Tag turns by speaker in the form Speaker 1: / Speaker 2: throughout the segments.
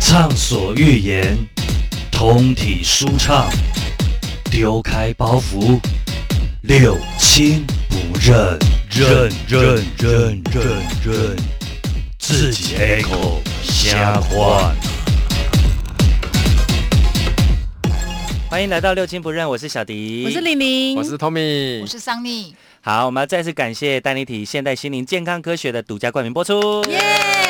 Speaker 1: 畅所欲言，通体舒畅，丢开包袱，六亲不认，认认认认认，自己 A 口瞎换。
Speaker 2: 欢迎来到六亲不认，我是小迪，
Speaker 3: 我是玲玲，
Speaker 4: 我是 Tommy，
Speaker 5: 我是桑尼。
Speaker 2: 好，我们要再次感谢丹尼体现代心灵健康科学的独家冠名播出。
Speaker 3: 耶、哎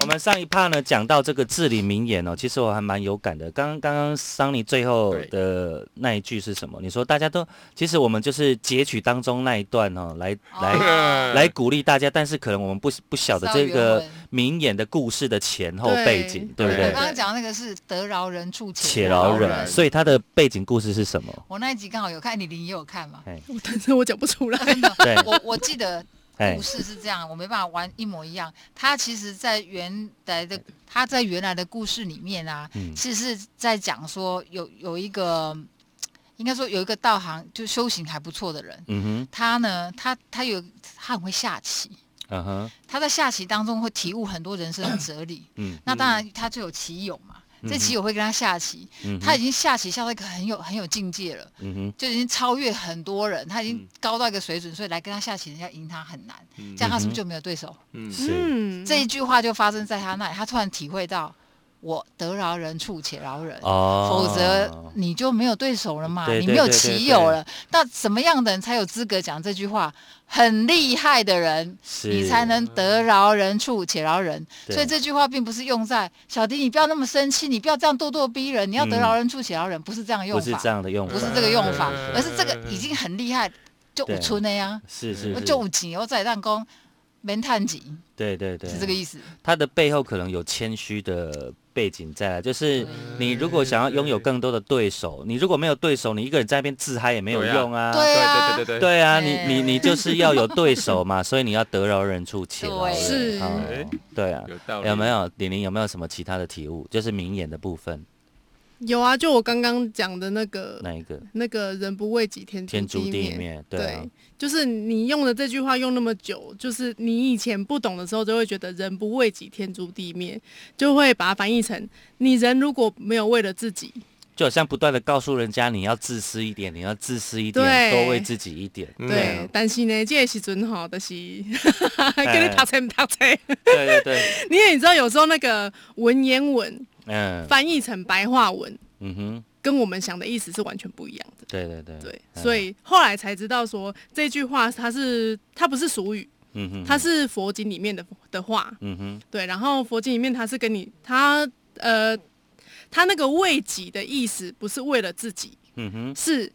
Speaker 2: 我们上一趴呢讲到这个至理名言哦，其实我还蛮有感的。刚刚刚刚桑尼最后的那一句是什么？你说大家都，其实我们就是截取当中那一段哦，来来、
Speaker 4: 아,
Speaker 5: 哦
Speaker 2: 来鼓励大家，但是可能我们不不晓得这
Speaker 5: 不知道原
Speaker 2: 个
Speaker 5: 文
Speaker 2: 名言的故事的前后背景，对
Speaker 3: 对
Speaker 2: 不
Speaker 5: 我
Speaker 2: 对
Speaker 5: 刚？刚讲那个是得饶人处
Speaker 2: 且
Speaker 5: 且
Speaker 2: 饶
Speaker 4: 饶
Speaker 2: 人，
Speaker 4: 人
Speaker 2: 所以它的背景故事是什么？
Speaker 5: 我那一集刚好有看，李玲也有看嘛。
Speaker 3: 我 但是我讲不出来。
Speaker 5: 真的
Speaker 2: 对，
Speaker 5: 我我记得
Speaker 2: 哎
Speaker 5: 故，事是这样，我没办法玩一模一样。他其实，在原来的他在原来的故事里面啊，
Speaker 2: 嗯
Speaker 5: 其实是在讲说有有一个，应该说有一个道行就修行还不错的人，
Speaker 2: 嗯
Speaker 5: 他呢，他他有他很会下棋，
Speaker 2: 哼，嗯哼，
Speaker 5: 他在下棋当中会体悟很多人生的哲理。
Speaker 2: 嗯，
Speaker 5: 那当然，他就有棋友嘛。
Speaker 2: 嗯
Speaker 5: 这
Speaker 2: 哼
Speaker 5: 棋友会跟他下棋，
Speaker 2: 嗯哼
Speaker 5: 他已经下棋下到一个很有很有境界了，
Speaker 2: 嗯哼，
Speaker 5: 就已经超越很多人，他
Speaker 4: 嗯
Speaker 5: 已经高到一个水准，所以来跟他下棋，人家赢他很难。
Speaker 4: 嗯
Speaker 5: 这样他是不
Speaker 2: 嗯哼
Speaker 5: 是就没有对手？
Speaker 4: 嗯
Speaker 2: 是，
Speaker 3: 嗯
Speaker 5: 这一句话就发生在他那里，他突然体会到“我得饶人处且饶人”，
Speaker 2: 哦，
Speaker 5: 否则你就没有对手了嘛，
Speaker 2: 对对
Speaker 5: 你没有
Speaker 2: 对对
Speaker 5: 棋友了。那什么样的人才有资格讲这句话？很厉害的人，
Speaker 2: 是
Speaker 5: 你才能得饶人处且饶人。
Speaker 2: 对
Speaker 5: 所以这句话并不是用在小迪，你不要那么生气，你不要这样咄咄逼人，你要得饶人处且饶人，不是这样的
Speaker 2: 嗯
Speaker 5: 用
Speaker 2: 不是
Speaker 5: 法
Speaker 2: 这，样的用法，
Speaker 5: 不是这个用法
Speaker 4: 对，
Speaker 5: 而是这个已经很厉害，就
Speaker 2: 对
Speaker 5: 五出那样。
Speaker 2: 是是
Speaker 5: 我
Speaker 2: 是，
Speaker 5: 就有钱，我再让讲免叹气，
Speaker 2: 对对对，
Speaker 5: 是这个意思。
Speaker 2: 它的背后可能有谦虚的背景在啊，就是
Speaker 4: 嗯
Speaker 2: 你如果想要拥有更多的对手，你如果没有对手，你一个人在那边自嗨也没有
Speaker 4: 对啊
Speaker 2: 用啊。
Speaker 5: 对
Speaker 4: 对
Speaker 5: 啊
Speaker 4: 对对对，
Speaker 2: 对啊，你
Speaker 5: 对
Speaker 2: 你你就是要有对手嘛，所以你要得饶人处且饶人。
Speaker 3: 对是
Speaker 2: 哦
Speaker 4: 哎
Speaker 2: 对啊。
Speaker 4: 有道理，
Speaker 2: 有没？有李玲有没有什么其他的体悟？就是名言的部分，
Speaker 3: 有啊，就我刚刚讲的那个
Speaker 2: 那一
Speaker 5: 呃
Speaker 2: 个
Speaker 3: 那个人不为己，天
Speaker 2: 天诛
Speaker 3: 诛
Speaker 2: 地
Speaker 3: 灭。
Speaker 2: 灭，对啊，
Speaker 3: 就是你用的这句话用那么久，就是你以前不懂的时候，就会觉得“人不为己，天诛地灭”，就会把它翻译成你人如果没有为了自己，
Speaker 2: 就好像不断的告诉人家你要自私一点，你要自私一点，
Speaker 3: 对
Speaker 2: 多为自己一 点。
Speaker 4: 嗯
Speaker 3: 对，，
Speaker 2: 啊
Speaker 3: 但是呢，这个时阵吼，就是
Speaker 2: 哎
Speaker 3: 跟你读册不读册，
Speaker 2: 对对对，
Speaker 3: 因 为你知道有时候那个文言文
Speaker 2: 嗯
Speaker 3: 翻译成白话文，
Speaker 2: 嗯哼，
Speaker 3: 跟我们想的意思是完全不一样的。
Speaker 2: 对对对
Speaker 3: 对，
Speaker 2: 嗯
Speaker 3: 所以后来才知道说这句话它是它不是俗语，
Speaker 2: 嗯哼，
Speaker 3: 它是佛经里面的的话。
Speaker 2: 嗯哼
Speaker 3: 对，然后佛经里面它是跟你它呃它那个为己的意思不是为了自己，
Speaker 2: 嗯哼
Speaker 3: 是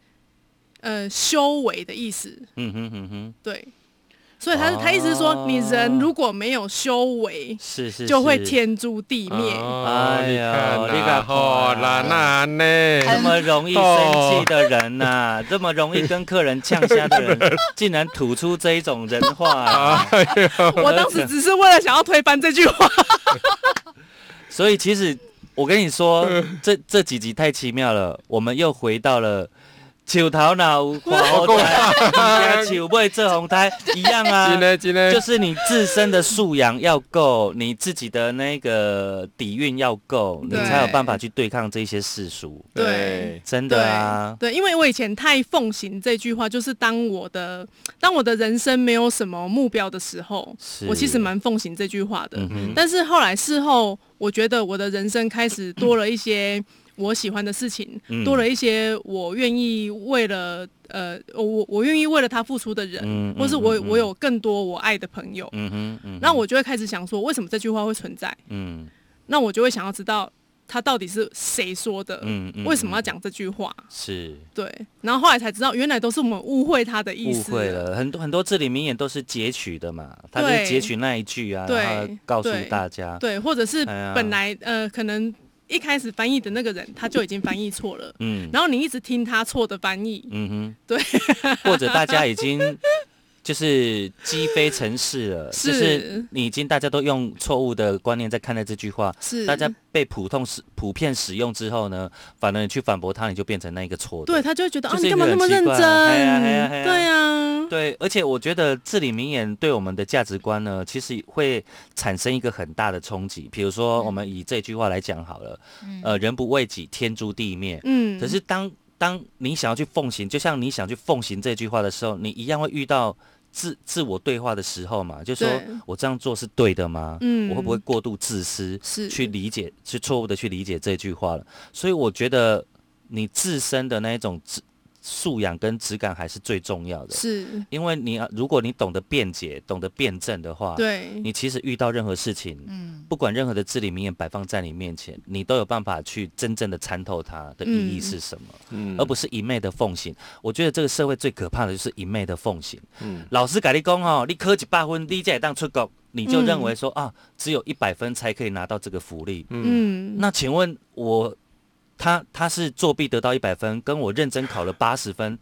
Speaker 3: 呃修为的意思。
Speaker 2: 嗯哼嗯哼。
Speaker 3: 对，所以他他意思是说，你人如果没有修为，
Speaker 2: 哦是是哦
Speaker 3: 就会
Speaker 2: 是
Speaker 3: 天诛地灭。
Speaker 4: 哎呀，
Speaker 2: 哎呦你
Speaker 4: 你
Speaker 2: 看
Speaker 4: 看
Speaker 2: 哦
Speaker 4: 好啦那
Speaker 2: 这
Speaker 4: 呢，
Speaker 2: 么容易生气的人呐、
Speaker 3: 哦
Speaker 2: 这么容易跟客人呛虾的 人，竟然吐出这一种人话、
Speaker 3: 啊我当时只是为了想要推翻这句话。
Speaker 2: 所以其实我跟你 说，这这几集太奇妙了，我们又回到了。九头脑花 猴胎， 你九尾这红胎一样啊
Speaker 4: 今，天今天
Speaker 2: 就是你自身的素养要够，你自己的那个底蕴要够，你
Speaker 3: 对
Speaker 2: 才有办法去对抗这些世俗。
Speaker 4: 对，
Speaker 2: 真的啊，
Speaker 3: 对，因为我以前太奉行这句话，就是当我的当我的人生没有什么目标的时候，
Speaker 2: 是
Speaker 3: 我其实蛮奉行这句话的。
Speaker 2: 嗯哼，
Speaker 3: 但是后来事后，我觉得我的人生开始多了一些我喜欢的事情，
Speaker 2: 嗯
Speaker 3: 多了一些我愿意为了呃，我我我愿意为了他付出的人，
Speaker 2: 嗯嗯
Speaker 3: 或是我
Speaker 2: 嗯嗯
Speaker 3: 我有更多我爱的朋友，
Speaker 2: 嗯哼，嗯哼
Speaker 3: 那我就会开始想说，为什么这句话会存在？
Speaker 2: 嗯
Speaker 3: 那我就会想要知道他到底是谁说的，
Speaker 2: 嗯嗯
Speaker 3: 为什么要讲这句话？
Speaker 2: 是
Speaker 3: 对，然后后来才知道，原来都是我们误会他的意
Speaker 2: 误
Speaker 3: 思
Speaker 2: 会。了，很多很多至理名言都是截取的嘛，他就是
Speaker 3: 对
Speaker 2: 截取那一句啊，
Speaker 3: 对
Speaker 2: 然后告诉
Speaker 3: 对
Speaker 2: 大家，
Speaker 3: 对，或者是
Speaker 2: 哎呀
Speaker 3: 本来、呃，可能一开始翻译的那个人他就已经翻译错了，
Speaker 2: 嗯
Speaker 3: 然后你一直听他错的翻译，
Speaker 2: 嗯哼，
Speaker 3: 对，
Speaker 2: 或者大家已经 就是鸡飞城市了，
Speaker 3: 是
Speaker 2: 就是你已经大家都用错误的观念在看待这句话。
Speaker 3: 是
Speaker 2: 大家被普通使普遍使用之后呢，反而你去反驳他，你就变成那一个错的。
Speaker 3: 对他就会觉得啊，
Speaker 2: 就是
Speaker 3: 你干嘛那么认
Speaker 2: 一个很
Speaker 3: 真？
Speaker 2: 奇怪哎呀哎呀哎呀
Speaker 3: 对啊，
Speaker 2: 对对，而且我觉得至理名言对我们的价值观呢，其实会产生一个很大的冲击。比如说，
Speaker 3: 嗯
Speaker 2: 我们以这句话来讲好了，呃，人不为己，天诛地灭。
Speaker 3: 嗯，
Speaker 2: 可是当当你想要去奉行，就像你想去奉行这句话的时候，你一样会遇到自自我对话的时候嘛，就说
Speaker 3: 对
Speaker 2: 我这样做是对的吗？
Speaker 3: 嗯
Speaker 2: 我会不会过度自私，
Speaker 3: 是
Speaker 2: 去理解，去错误的去理解这句话了？所以我觉得你自身的那一种质素养跟质感还是最重要的，
Speaker 3: 是，
Speaker 2: 因为你要如果你懂得辩解、懂得辩证的话，
Speaker 3: 对，
Speaker 2: 啊你其实遇到任何事情，
Speaker 5: 嗯，
Speaker 2: 不管任何的至理名言摆放在你面前，你都有办法去真正的参透它的
Speaker 3: 嗯
Speaker 2: 意义是什么，
Speaker 4: 嗯
Speaker 2: 而不是一昧的奉行。我觉得这个社会最可怕的就是一昧的奉行。
Speaker 4: 嗯
Speaker 2: 老师改立功哦，你科几百分，你才当出国，你就认为说、啊，只有一百分才可以拿到这个福利。
Speaker 3: 嗯，
Speaker 2: 那请问我，他他是作弊得到一百分，跟我认真考了八十分，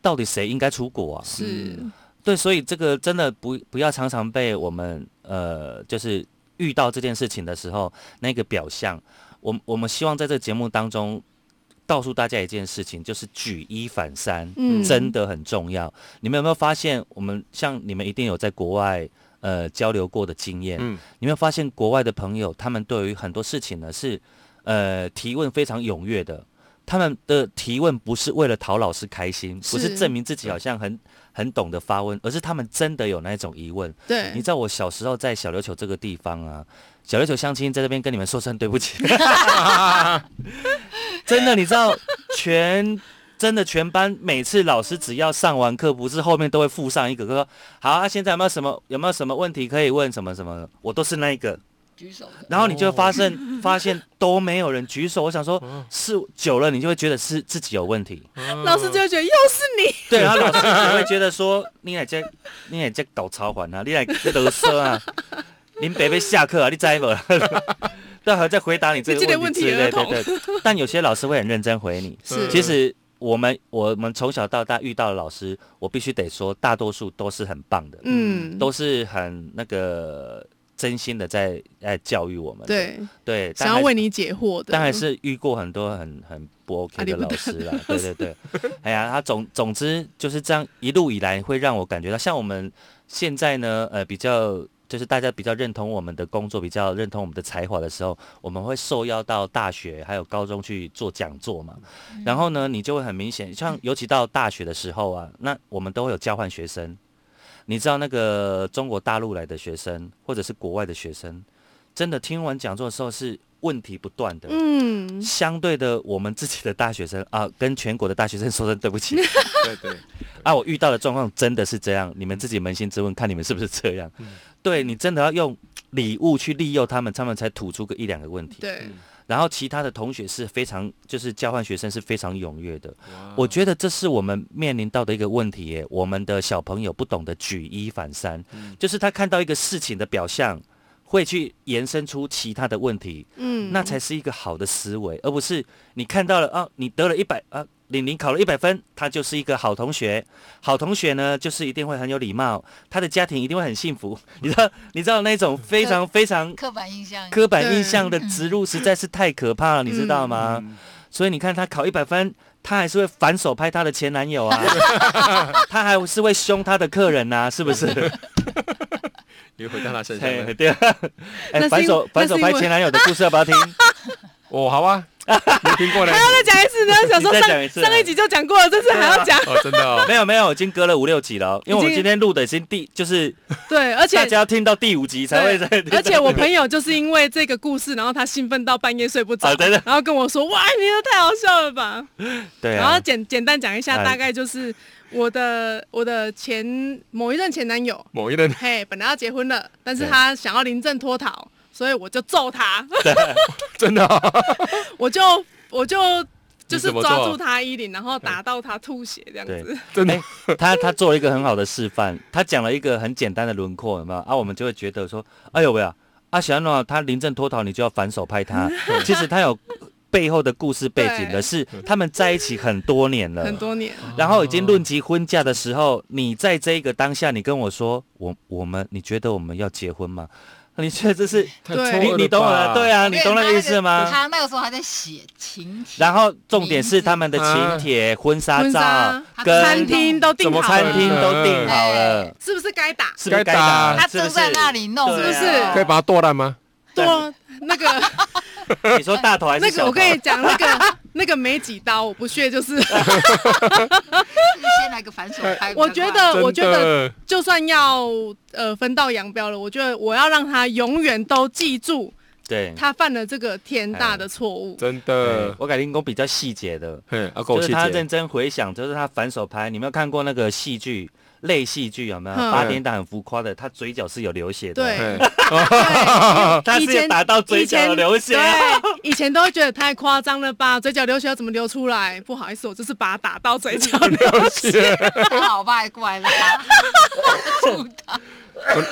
Speaker 2: 到底谁应该出国啊？
Speaker 3: 是，
Speaker 2: 对，所以这个真的不不要常常被我们呃，就是遇到这件事情的时候那个表象，我们我们希望在这个节目当中告诉大家一件事情，就是举一反三，
Speaker 3: 嗯
Speaker 2: 真的很重要。你们有没有发现，我们像你们一定有在国外呃交流过的经验，
Speaker 4: 嗯
Speaker 2: 你有没有发现国外的朋友，他们对于很多事情呢是呃提问非常踊跃的。他们的提问不是为了讨老师开心，不
Speaker 3: 是
Speaker 2: 是证明自己好像很很懂得发问，而是他们真的有那种疑问。
Speaker 3: 对，
Speaker 2: 你知道我小时候在小琉球这个地方啊，小琉球相亲在这边跟你们说声对不起，真的，你知道全。真的，全班每次老师只要上完课，不是后面都会附上一个说：“好啊，现在有没有什么有没有什么问题可以问什么什么的？”我都是那一个，
Speaker 5: 举手的，
Speaker 2: 然后你就发现、发现都没有人举手。我想说，是久了你就会觉得是自己有问题，
Speaker 4: 아,
Speaker 3: 老师就会觉得又是你，
Speaker 2: 对，然后老师也会觉得说，你来这，你来这搞超环啊，你来得瑟啊，林北被下课啊，你摘 吧。待会儿再回答你这
Speaker 3: 你这
Speaker 2: 个
Speaker 3: 个
Speaker 2: 问题之
Speaker 3: 问题
Speaker 2: 类，对
Speaker 3: 儿童
Speaker 2: 对对。但有些老师会很认真回你。
Speaker 3: 是，
Speaker 2: 其实我们我们从小到大遇到的老师，我必须得说，大多数都是很棒的，
Speaker 3: 嗯，
Speaker 2: 都是很那个真心的在在教育我们的。
Speaker 3: 对，
Speaker 2: 对，但
Speaker 3: 想要
Speaker 2: 还
Speaker 3: 为你解惑的，
Speaker 2: 但还是遇过很多很很不 OK
Speaker 3: 啊你
Speaker 2: 的
Speaker 3: 不
Speaker 2: 老师啦，对对对， 哎呀，他总总之就是这样，一路以来会让我感觉到，像我们现在呢，呃，比较就是大家比较认同我们的工作，比较认同我们的才华的时候，我们会受邀到大学还有高中去做讲座嘛，
Speaker 3: 嗯
Speaker 2: 然后呢，你就会很明显，像尤其到大学的时候啊，那我们都会有交换学生，你知道那个中国大陆来的学生或者是国外的学生，真的听完讲座的时候是问题不断的，
Speaker 3: 嗯，
Speaker 2: 相对的，我们自己的大学生 啊，跟全国的大学生说声对不起
Speaker 4: 对对，
Speaker 2: 啊，我遇到的状况真的是这样，你们自己扪心自问，看你们是不是这样。
Speaker 3: 嗯
Speaker 2: 对你真的要用礼物去利诱他们，他们才吐出个一两个问题。
Speaker 3: 对，
Speaker 2: 然后其他的同学是非常，就是交换学生是非常踊跃的。
Speaker 3: 嗯
Speaker 4: 哇
Speaker 2: 我觉得这是我们面临到的一个问题耶，我们的小朋友不懂得举一反三，
Speaker 3: 嗯
Speaker 2: 就是他看到一个事情的表象，会去延伸出其他的问题。
Speaker 3: 嗯，
Speaker 2: 那才是一个好的思维，而不是你看到了啊，你得了一百啊，玲玲考了一百分，他就是一个好同学。好同学呢，就是一定会很有礼貌，他的家庭一定会很幸福。 你知道，你知道那
Speaker 3: 嗯
Speaker 2: 种非常非常
Speaker 5: 刻板印象，
Speaker 2: 刻板印象的植入实在是太可怕了，你知道吗？
Speaker 3: 嗯
Speaker 2: 所以你看，她考一百分，她还是会反手拍她的前男友啊， 她还是会凶她的客人呐、是不是？
Speaker 4: 又回到他身上
Speaker 2: 嘿
Speaker 4: 了。
Speaker 2: 对啊，哎、
Speaker 3: 那是因为
Speaker 2: 反手反手
Speaker 3: 那是因为
Speaker 2: 拍前男友的故事要不要听？
Speaker 4: 哦，好啊，没听过呢
Speaker 3: 还。要再讲一次呢？想说
Speaker 2: 你再讲一次
Speaker 3: 上
Speaker 2: 啊
Speaker 3: 上一集就讲过了，这次还要讲，
Speaker 4: 哦，真的哦，
Speaker 2: 没有没有，已经隔了五六集了哦，因为我们今天录的已经第就是
Speaker 3: 对，而且
Speaker 2: 啊大家要听到第五集才会在。
Speaker 3: 对而且我朋友就是因为这个故事，然后他兴奋到半夜睡不着
Speaker 2: 啊，对对
Speaker 3: 然后跟我说：“哇，你这太好笑了吧！”
Speaker 2: 对
Speaker 3: 然后
Speaker 2: 啊，
Speaker 3: 简简单讲一下，
Speaker 2: 哎
Speaker 3: 大概就是我的我的前某一任前男友，
Speaker 4: 某一任
Speaker 3: 嘿，本来要结婚了，但是
Speaker 2: 对
Speaker 3: 他想要临阵脱逃，所以我就 揍他，
Speaker 4: 真的哦，
Speaker 3: 我就我就就
Speaker 4: 你
Speaker 3: 是
Speaker 4: 怎么
Speaker 3: 抓
Speaker 4: 做
Speaker 3: 住他衣领，然后打到他吐血这样
Speaker 2: 对
Speaker 3: 子。
Speaker 4: 真的
Speaker 2: 哎，他他做了一个很好的示范，他讲了一个很简单的轮廓，有没有？啊，我们就会觉得说，哎呦喂啊，阿小诺他临阵脱逃，你就要反手拍 他。其实他有背后的故事背景的
Speaker 3: 对
Speaker 2: 是，他们在一起很多年了，
Speaker 3: 很多年，
Speaker 2: 然后已经论及婚嫁的时候，你在这一个当下，你跟我说，我我们你觉得我们要结婚吗？你觉得这是
Speaker 4: 太
Speaker 3: 对
Speaker 4: 错
Speaker 2: 你
Speaker 4: 了
Speaker 2: 你懂我的
Speaker 4: 吧
Speaker 2: 对啊，你懂那
Speaker 5: 他
Speaker 2: 个意思吗？
Speaker 5: 他那个时候还在写请帖，
Speaker 2: 然后重点是他们的
Speaker 4: 啊
Speaker 2: 请帖、婚纱
Speaker 3: 婚纱
Speaker 2: 照
Speaker 5: 他
Speaker 2: 跟
Speaker 3: 餐厅都订
Speaker 4: 怎
Speaker 3: 好
Speaker 4: 么
Speaker 3: 了，
Speaker 2: 餐厅都订好
Speaker 5: 哎
Speaker 2: 了，
Speaker 3: 是不是该打？
Speaker 2: 是不是
Speaker 4: 该
Speaker 2: 该
Speaker 4: 打
Speaker 2: 打？
Speaker 5: 他
Speaker 2: 是不
Speaker 5: 正
Speaker 2: 是
Speaker 5: 在那里弄，
Speaker 2: 对
Speaker 3: 啊
Speaker 4: 可以把它剁烂吗？
Speaker 3: 对啊，那个
Speaker 2: 你说大头还是
Speaker 3: 那
Speaker 2: 小头？啊
Speaker 3: 个，我跟你讲，那个 那个没几刀，我不屑， 就是
Speaker 5: 是先来个反手拍比较快。
Speaker 3: 我觉得
Speaker 4: 真
Speaker 3: 我觉得
Speaker 4: 的
Speaker 3: 就算要呃分道扬镳了，我觉得我要让他永远都记住
Speaker 2: 对，
Speaker 3: 他犯了这个天大的错误。
Speaker 4: 真
Speaker 2: 对
Speaker 4: 的，
Speaker 2: 我改天讲比较细节的，
Speaker 4: 嘿，阿狗
Speaker 2: 就
Speaker 4: 谢
Speaker 2: 是他
Speaker 4: 谢
Speaker 2: 认。真回想，就是他反手拍，你有没有看过那个戏剧？类戏剧有没有
Speaker 3: 嗯
Speaker 2: 八点档很浮夸的？他嘴角是有流血的，
Speaker 3: 对，
Speaker 4: 嘿
Speaker 2: 啊他
Speaker 3: 以
Speaker 2: 是有
Speaker 3: 前
Speaker 2: 打到嘴
Speaker 3: 以
Speaker 2: 角
Speaker 3: 前
Speaker 2: 有流血啊，
Speaker 3: 对，以前都会觉得太夸张了吧？嘴角流血要怎么流出来？不好意思，我就是把他打到嘴角 流血。
Speaker 5: 他老爸也过来了，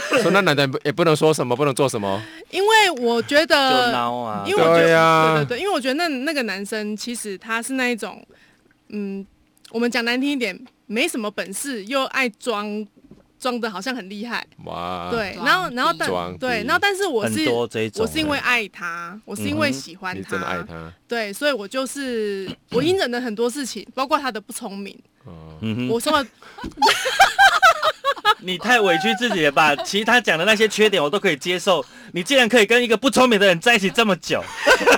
Speaker 4: 所以那奶奶不也不能说什么，不能做什么。
Speaker 3: 因为我觉
Speaker 2: 就
Speaker 3: 得，
Speaker 2: 挠啊，
Speaker 3: 呃因为我觉
Speaker 4: 对
Speaker 3: 得，
Speaker 4: 呀
Speaker 3: 对对对，因为我觉得那那个男生其实他是那一种，嗯，我们讲难听一点，没什么本事，又爱装，装的好像很厉害，
Speaker 4: 哇，
Speaker 3: 对。
Speaker 5: 装
Speaker 3: 然后，然后
Speaker 5: 逼
Speaker 3: 但
Speaker 4: 啊装
Speaker 3: 对，
Speaker 4: 逼
Speaker 3: 然后但是我
Speaker 2: 很
Speaker 3: 是
Speaker 2: 多这种，
Speaker 3: 我是因为爱他，我是因为喜欢
Speaker 4: 你
Speaker 3: 他，
Speaker 4: 真的爱他。
Speaker 3: 对，所以我就是我隐忍了很多事情，包括他的不聪明，
Speaker 4: 哦
Speaker 2: 嗯哼
Speaker 3: 我说 了
Speaker 2: 你太委屈自己了吧？其实他讲的那些缺点我都可以接受，你竟然可以跟一个不聪明的人在一起这么 久，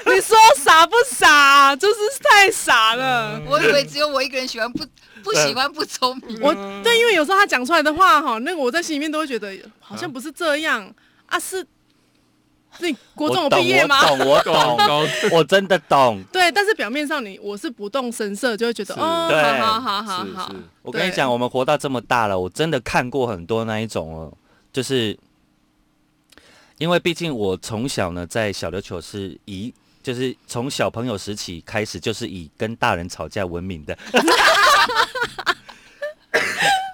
Speaker 3: 你说傻不傻？就是太傻
Speaker 2: 嗯
Speaker 3: 了。
Speaker 5: 我以为只有我一个人喜欢不不喜欢不聪明，
Speaker 3: 我
Speaker 4: 嗯
Speaker 3: 对，因为有时候他讲出来的话哈，那个我在心里面都会觉得好像不是这样啊，是你国中有毕业吗？
Speaker 2: 我懂，我懂，我懂，我真的懂。
Speaker 3: 对，但是表面上你我是不动声色，就会觉得
Speaker 4: 是
Speaker 3: 哦，
Speaker 2: 对
Speaker 3: 好好好好
Speaker 4: 是
Speaker 3: 好
Speaker 4: 是，
Speaker 2: 我跟你讲，我们活到这么大了，我真的看过很多那一种哦，就是因为毕竟我从小呢，在小琉球是以就是从小朋友时期开始，就是以跟大人吵架闻 名的。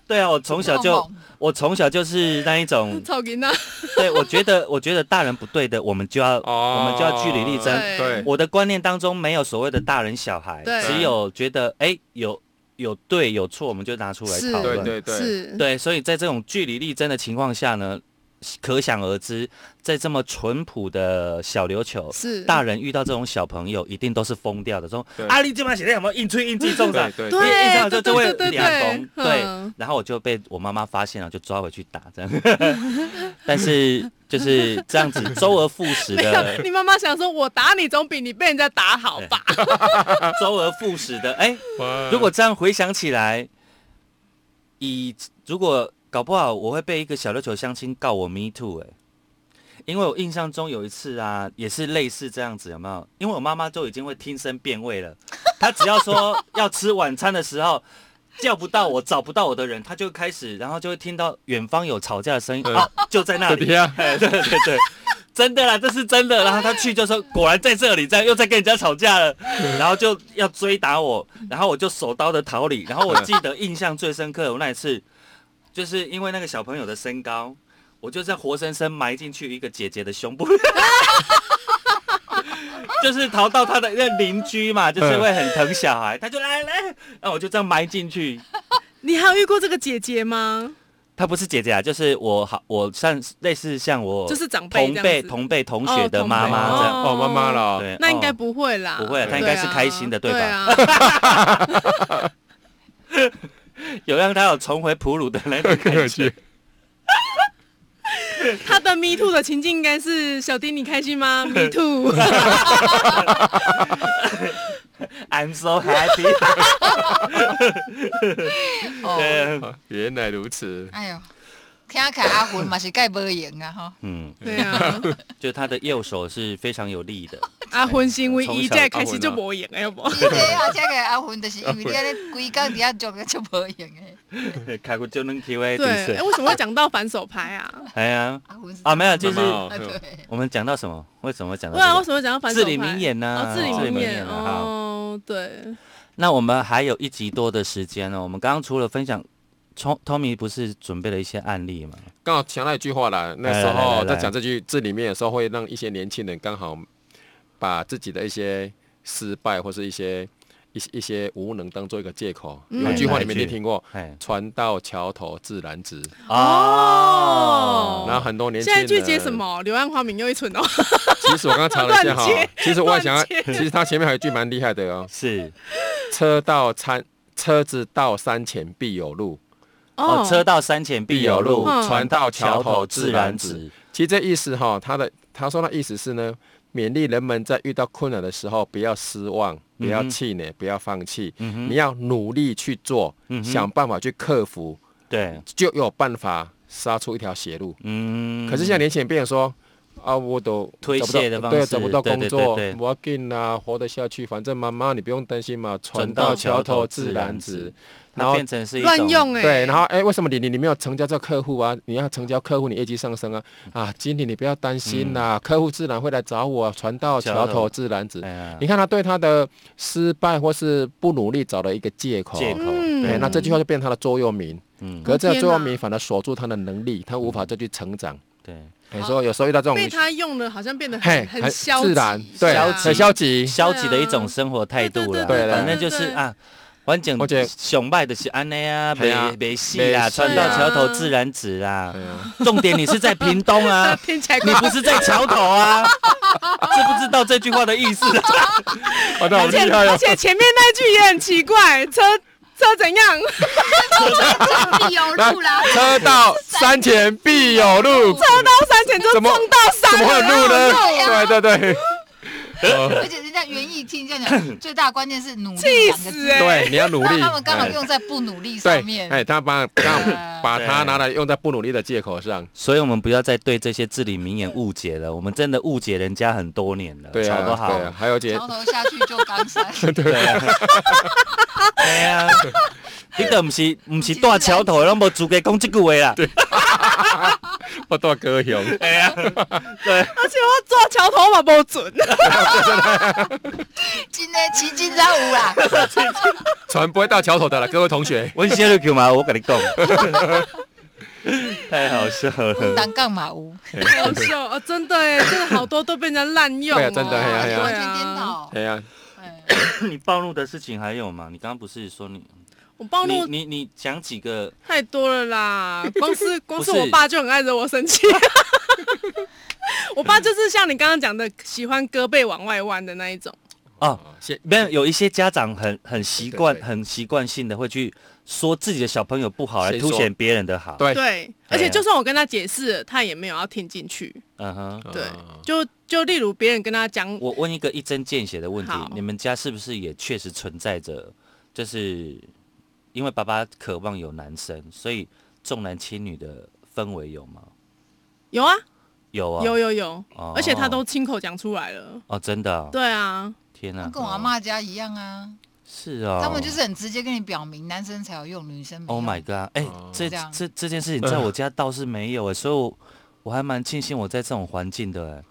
Speaker 2: 对啊，我从小就
Speaker 5: 梦梦
Speaker 2: 我从小就是那一种
Speaker 3: 草林娜，
Speaker 2: 对，我觉得，我觉得大人不对的，我们就要，
Speaker 4: 哦
Speaker 2: 我们就要据理力争。
Speaker 3: 对
Speaker 4: 对，
Speaker 2: 我的观念当中没有所谓的大人小孩，
Speaker 3: 对
Speaker 2: 只有觉得哎、有有对有错，我们就拿出来
Speaker 3: 是嗯
Speaker 2: 讨
Speaker 4: 对
Speaker 2: 论。
Speaker 4: 对对，
Speaker 3: 是，
Speaker 2: 对，所以在这种据理力争的情况下呢，可想而知，在这么淳朴的小琉球。
Speaker 3: 是
Speaker 2: 大人遇到这种小朋友，一定都是疯掉的。说
Speaker 4: 对
Speaker 2: 阿力这把写的有没有硬吹硬记 中的？
Speaker 4: 对对
Speaker 2: 因为一上来
Speaker 3: 哎对
Speaker 2: 就
Speaker 3: 对
Speaker 2: 就会
Speaker 3: 对对
Speaker 2: 两
Speaker 3: 对
Speaker 2: 逢，对
Speaker 3: 嗯，
Speaker 2: 然后我就被我妈妈发现了，就抓回去打这样。 但是就是这样子周而复始
Speaker 3: 没有，
Speaker 2: 的，
Speaker 3: 你妈妈想说，我打你总比你被人家打好吧？
Speaker 2: 哎周而复始的。哎，
Speaker 4: 哇
Speaker 2: 如果这样回想起来，以如果搞不好我会被一个小琉球相亲告我 me too 哎、因为我印象中有一次啊，也是类似这样子，有没有？因为我妈妈就已经会听声辨位了，她只要说要吃晚餐的时候。叫不到我，找不到我的人，她就开始，然后就会听到远方有吵架的声音，
Speaker 4: 嗯
Speaker 2: 啊，就在那
Speaker 4: 这
Speaker 2: 里
Speaker 4: 底，下
Speaker 2: 哎， 对对对，真的啦，这是真的。然后他去就说，果然在这里，这样又在跟人家吵架了，然后就要追打我，然后我就手刀的逃离。然后我记得印象最深刻的我那一次，就是因为那个小朋友的身高，我就这样活生生埋进去一个姐姐的胸部。 就是逃到他的那邻居嘛，就是会很疼小孩，他就来来，然后我就这样埋进去，
Speaker 3: 你还有遇过这个姐姐吗？
Speaker 2: 她不是姐姐啊，就是我好，我像类似像我
Speaker 3: 就是长辈
Speaker 2: 同
Speaker 3: 这
Speaker 2: 辈
Speaker 3: 样子
Speaker 2: 同辈同学的妈妈
Speaker 3: 哦
Speaker 2: 这样，
Speaker 4: 哦，妈妈了，
Speaker 2: 对，
Speaker 3: 那应该
Speaker 2: 哦
Speaker 3: 不会啦，
Speaker 2: 不会
Speaker 4: 她
Speaker 3: 对
Speaker 4: 应
Speaker 2: 该是开心的对吧
Speaker 3: 啊？对 啊，
Speaker 2: 有让他有重回普鲁的那种 感觉。
Speaker 3: 他的 me too 的情境应该是小丁，你开心吗 ？me too，
Speaker 2: I'm so happy
Speaker 5: 哦，
Speaker 2: 对。
Speaker 4: 啊 原来如此，
Speaker 5: 哎呦，听起来阿魂嘛是盖不赢 啊哈，
Speaker 2: 嗯，
Speaker 3: 对啊，
Speaker 2: 就他的右手是非常有力的，
Speaker 3: 啊，婚姻为一再开始
Speaker 4: 从小
Speaker 3: 就
Speaker 4: 到
Speaker 3: 无用了，要不？
Speaker 5: 你这啊，听起来阿魂就是因为你安尼规工底下做个就无用诶，
Speaker 2: 开过就能 Q A
Speaker 3: 对，
Speaker 2: 对
Speaker 3: 哎，为什么会讲到反手拍 啊？
Speaker 2: 哎呀，
Speaker 5: 阿魂是
Speaker 2: 啊没有，就是
Speaker 4: 妈妈哦
Speaker 5: 啊对，
Speaker 2: 我们讲到什么？为什么会讲
Speaker 3: 不然
Speaker 2: 到
Speaker 3: 啊为
Speaker 2: 这个？
Speaker 3: 什么会讲到反手
Speaker 2: 至
Speaker 3: 拍？
Speaker 2: 理名言呢
Speaker 3: 哦，至理
Speaker 2: 至理
Speaker 3: 名
Speaker 2: 名
Speaker 3: 言
Speaker 2: 言啊好
Speaker 3: 哦，对，
Speaker 2: 那我们还有一集多的时间哦呢。我们刚刚除了分享，Tom Tommy 不是准备了一些案例吗？
Speaker 4: 刚好强调一句话啦，那
Speaker 2: 来
Speaker 4: 时
Speaker 2: 来来
Speaker 4: 候
Speaker 2: 来
Speaker 4: 在讲这句这里面的时候，会让一些年轻人刚好把自己的一些失败或是一些一些一些无能当做一个借口。
Speaker 3: 嗯
Speaker 4: 有一句话你们一定听过
Speaker 2: 哎
Speaker 4: “船到桥头自然直”，
Speaker 3: 哦
Speaker 2: 哦
Speaker 4: 然后很多年轻
Speaker 3: 现在
Speaker 4: 人
Speaker 3: 去接什么？柳暗花明又一村哦。
Speaker 4: 其实我刚刚查了一 下哈
Speaker 3: 乱接，
Speaker 4: 其实我还想要
Speaker 3: 乱，接
Speaker 4: 其实它前面还有一句蛮厉害的哦，
Speaker 2: 是
Speaker 4: 车到山，车子到山前必有路。
Speaker 2: 哦，车到山前必有路，
Speaker 3: 嗯
Speaker 2: 船到桥头自然直。
Speaker 4: 其实这意思哈，他的他说的意思是呢，勉励人们在遇到困难的时候不要失望，
Speaker 2: 嗯
Speaker 4: 不要气馁，不要放弃，你要努力去做，
Speaker 2: 嗯哼
Speaker 4: 想办法去克服，
Speaker 2: 对，
Speaker 4: 就有办法杀出一条血路。
Speaker 2: 嗯。
Speaker 4: 可是现在年轻人变成说。啊，我都
Speaker 2: 推
Speaker 4: 找不到
Speaker 2: 卸的方
Speaker 4: 对，
Speaker 2: 式
Speaker 4: 找不到
Speaker 2: 对
Speaker 4: 工
Speaker 2: 对
Speaker 4: 作
Speaker 2: 对对，
Speaker 4: 我要紧啊，活得下去，反正妈妈你不用担心嘛，船
Speaker 2: 船到
Speaker 4: 到
Speaker 2: 桥
Speaker 4: 桥
Speaker 2: 头
Speaker 4: 头
Speaker 2: 自
Speaker 4: 自
Speaker 2: 然
Speaker 4: 然
Speaker 2: 直
Speaker 4: 直。然
Speaker 2: 它
Speaker 4: 后
Speaker 2: 变成是一种
Speaker 3: 乱用哎、
Speaker 4: 对，然后哎，为什么你你你没有成交这个客户啊？你要成交客户，你业绩上升啊啊！经理你不要担心啦、客户自然会来找我，船到
Speaker 2: 桥
Speaker 4: 桥
Speaker 2: 头
Speaker 4: 头自然直。
Speaker 2: 哎呀
Speaker 4: 你看他对他的失败或是不努力找了一个借口，
Speaker 2: 借口，
Speaker 3: 嗯
Speaker 4: 对，
Speaker 2: 对，
Speaker 4: 那这句话就变成他的座右铭。
Speaker 2: 嗯
Speaker 4: 可是这个
Speaker 3: 天
Speaker 4: 座右
Speaker 3: 哪
Speaker 4: 铭反而锁住他的能力，他无法再去成长。
Speaker 2: 对，
Speaker 4: 你说有时候遇到这种
Speaker 3: 被他用的好像变得
Speaker 4: 嘿，
Speaker 3: 很
Speaker 4: 很
Speaker 3: 很消极，
Speaker 4: 自然，对，
Speaker 3: 啊
Speaker 4: 很消极。
Speaker 2: 消极的一种生活态度了，
Speaker 4: 对对对对
Speaker 2: 反正就是
Speaker 3: 对，
Speaker 2: 啊。反正
Speaker 4: 而且
Speaker 2: 熊拜的是安内啊，
Speaker 4: 嘿
Speaker 2: 没
Speaker 4: 啊
Speaker 2: 没戏啦，
Speaker 4: 没
Speaker 2: 船
Speaker 4: 戏
Speaker 2: 到
Speaker 4: 啊
Speaker 2: 桥头自然直啦
Speaker 4: 对。啊
Speaker 2: 重点你是在屏东啊
Speaker 3: 听起来
Speaker 2: 你不是在桥头啊，知不知道这句话的意思 啊？
Speaker 4: 哦，那好
Speaker 3: 而且
Speaker 4: 厉害
Speaker 3: 而
Speaker 4: 哦！
Speaker 3: 且前面那句也很奇怪，车车怎样？
Speaker 5: 必有路啦。
Speaker 4: 车到山前必有路，
Speaker 3: 车到山前就
Speaker 4: 怎
Speaker 3: 撞
Speaker 4: 么
Speaker 3: 到山
Speaker 4: 怎
Speaker 3: 了，
Speaker 4: 么会有路呢
Speaker 5: 哪？
Speaker 4: 对对对。哦
Speaker 5: 而且人家园艺听这样讲，最大关键是努力
Speaker 3: 气
Speaker 5: 两个字
Speaker 3: 死哎、
Speaker 4: 对，你要努
Speaker 5: 那
Speaker 4: 力。
Speaker 5: 他们刚好
Speaker 4: 哎
Speaker 5: 用在不努力上
Speaker 4: 对，
Speaker 5: 面。
Speaker 4: 哎，他把刚好
Speaker 5: 对
Speaker 4: 把
Speaker 2: 对
Speaker 4: 它拿来用在不努力的借口上，
Speaker 2: 所以我们不要再对这些至理名言误解了，我们真的误解人家很多年了，
Speaker 4: 对
Speaker 2: 吵
Speaker 4: 啊，
Speaker 2: 不好
Speaker 4: 对，啊，还有姐
Speaker 5: 从，头下去就冈山，
Speaker 2: 对啊， 对啊，你都不是不是大桥头，那么主给讲这句话啊啦，对
Speaker 4: 我多歌雄，
Speaker 2: 啊，对，。
Speaker 3: 而且我坐桥头嘛不准，
Speaker 5: 今天奇迹在舞啦，
Speaker 4: 船不会到桥头的了，各位同学
Speaker 2: 我是在叫嘛，我跟你 讲，太好笑了，
Speaker 5: 单杠马舞，
Speaker 3: 好笑哦，真 的哎，真的好多都被人家滥用、哦，
Speaker 4: 对啊真的嘿啊嘿啊
Speaker 5: 完全颠倒。
Speaker 4: 哎呀，
Speaker 5: 哎
Speaker 2: 你暴露的事情还有吗？你刚刚不是说你
Speaker 3: 我暴
Speaker 2: 你
Speaker 3: 露
Speaker 2: 你你讲几个？
Speaker 3: 太多了啦，光 是光是
Speaker 2: 不是
Speaker 3: 我爸就很爱惹我生气。 我爸就是像你刚刚讲的，喜欢胳背往外弯的那一种。
Speaker 2: 哦，
Speaker 4: 谢
Speaker 2: 没有，有一些家长很很习惯、
Speaker 4: 对对
Speaker 2: 很习惯性的会去说自己的小朋友不好，来
Speaker 4: 谁
Speaker 2: 凸
Speaker 4: 说
Speaker 2: 显别人的好。，
Speaker 4: 对，
Speaker 3: 对，而且就算我跟他解释了，他也没有要听进去。
Speaker 2: 嗯哼。
Speaker 4: 啊
Speaker 3: 对，就就例如别人跟他 讲，
Speaker 2: 我问一个一针见血的问题
Speaker 3: 好，
Speaker 2: 你们家是不是也确实存在着，就是因为爸爸渴望有男生，所以重男轻女的氛围有吗？
Speaker 3: 有啊，
Speaker 2: 有啊，
Speaker 3: 有有有
Speaker 2: 哦，
Speaker 3: 而且他都亲口讲出来了。
Speaker 2: 哦，真的哦、
Speaker 3: 对啊，
Speaker 2: 天哪、
Speaker 5: 跟我阿妈家一样啊，
Speaker 2: 是哦，
Speaker 5: 他们就是很直接跟你表明，男生才有用，女生没有。
Speaker 2: Oh my god！哎、
Speaker 4: 哦
Speaker 2: 这
Speaker 5: 这样
Speaker 2: 这这件事情在我家倒是没有哎、所以我我还蛮庆幸我在这种环境的哎、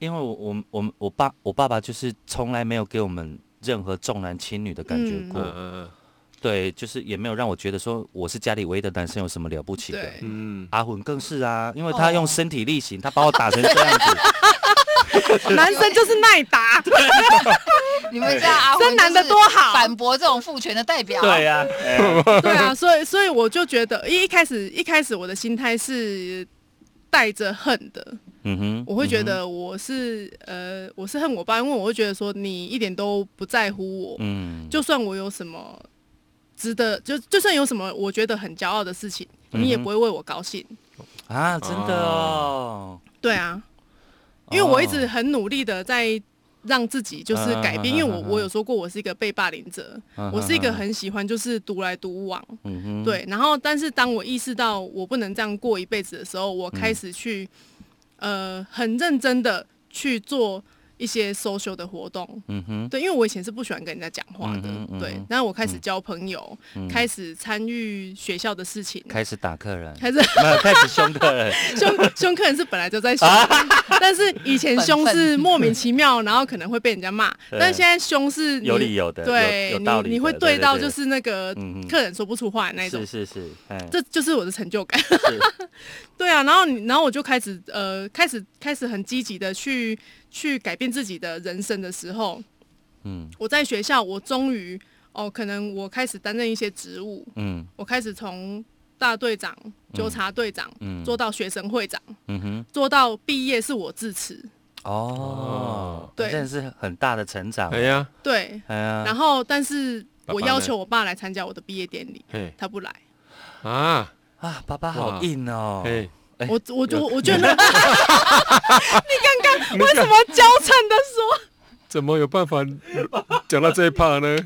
Speaker 2: 因为我我我我爸我爸爸就是从来没有给我们任何重男轻女的感觉
Speaker 3: 嗯
Speaker 2: 过，
Speaker 4: 嗯嗯
Speaker 2: 对，就是也没有让我觉得说我是家里唯一的男生有什么了不起的。
Speaker 3: 对，
Speaker 4: 嗯，
Speaker 2: 阿混更是啊，因为他用
Speaker 5: 哦
Speaker 2: 身体力行，他把我打成这样子，
Speaker 3: 男生就是耐打，
Speaker 5: 你们家阿辉
Speaker 3: 生男的多好
Speaker 5: 反驳这种父权的代表。
Speaker 2: 对呀、哎
Speaker 3: 对啊，所以所以我就觉得一一开始一开始我的心态是带着恨的，
Speaker 2: 嗯哼，
Speaker 3: 我会觉
Speaker 2: 嗯
Speaker 3: 得我是、呃我是恨我爸，因为我会觉得说你一点都不在乎我，
Speaker 2: 哼，嗯，
Speaker 3: 就算我有什么值得，就就算有什么我觉得很骄傲的事情，你也
Speaker 2: 嗯哼
Speaker 3: 不会为我高兴。
Speaker 2: 啊，真的哦，
Speaker 3: 对啊，因为我一直
Speaker 2: 哦
Speaker 3: 很努力的在让自己就是改变，
Speaker 2: 啊啊啊啊啊
Speaker 3: 因为我我有说过我是一个被霸凌者，
Speaker 2: 啊啊啊
Speaker 3: 我是一个很喜欢就是独来独往，
Speaker 2: 嗯哼，
Speaker 3: 对。然后，但是当我意识到我不能这样过一辈子的时候，我
Speaker 2: 嗯
Speaker 3: 开始去、呃很认真的去做一些 social 的活动。
Speaker 2: 嗯哼，
Speaker 3: 对，因为我以前是不喜欢跟人家讲话的，
Speaker 2: 嗯哼嗯哼
Speaker 3: 对。然后我开始交朋友，
Speaker 2: 嗯
Speaker 3: 开始参与学校的事情，
Speaker 2: 开始打客人，
Speaker 3: 开始
Speaker 2: 没有开始凶客 人，
Speaker 3: 凶 凶客人是本来就在凶，
Speaker 2: 啊
Speaker 3: 但是以前凶是 莫名其妙，然后可能会被人家骂，
Speaker 2: 对
Speaker 3: 但现在凶是你
Speaker 2: 有理由的
Speaker 3: 对，
Speaker 2: 有有道理的
Speaker 3: 你你会
Speaker 2: 对对
Speaker 3: 对到
Speaker 2: 对
Speaker 3: 就是那个
Speaker 2: 嗯嗯
Speaker 3: 客人说不出话的那种
Speaker 2: 是，是是，哎，
Speaker 3: 这就是我的成就感。
Speaker 2: 是
Speaker 3: 对啊，然后你然后我就开始呃，开始开始很积极的去去改变自己的人生的时候，
Speaker 2: 嗯
Speaker 3: 我在学校，我终于哦，可能我开始担任一些职务，
Speaker 2: 嗯
Speaker 3: 我开始从大队长、纠察队长、
Speaker 2: 嗯
Speaker 3: 做到学生会长，
Speaker 2: 嗯哼，
Speaker 3: 做到毕业是我自持。
Speaker 2: 哦，
Speaker 3: 对
Speaker 2: 真的是很大的成长
Speaker 4: 哎。呀，
Speaker 3: 对，
Speaker 2: 哎呀，
Speaker 3: 然后但是
Speaker 4: 爸爸
Speaker 3: 我
Speaker 4: 呢
Speaker 3: 要求我爸来参加我的毕业典礼，
Speaker 4: 嘿
Speaker 3: 他不来。
Speaker 4: 啊，
Speaker 2: 啊，爸爸好硬哦。
Speaker 4: 嘿，
Speaker 2: 哎
Speaker 3: 我我就我觉得， 你刚刚为什么娇嗔的说
Speaker 4: 怎么有办法讲到这一趴呢？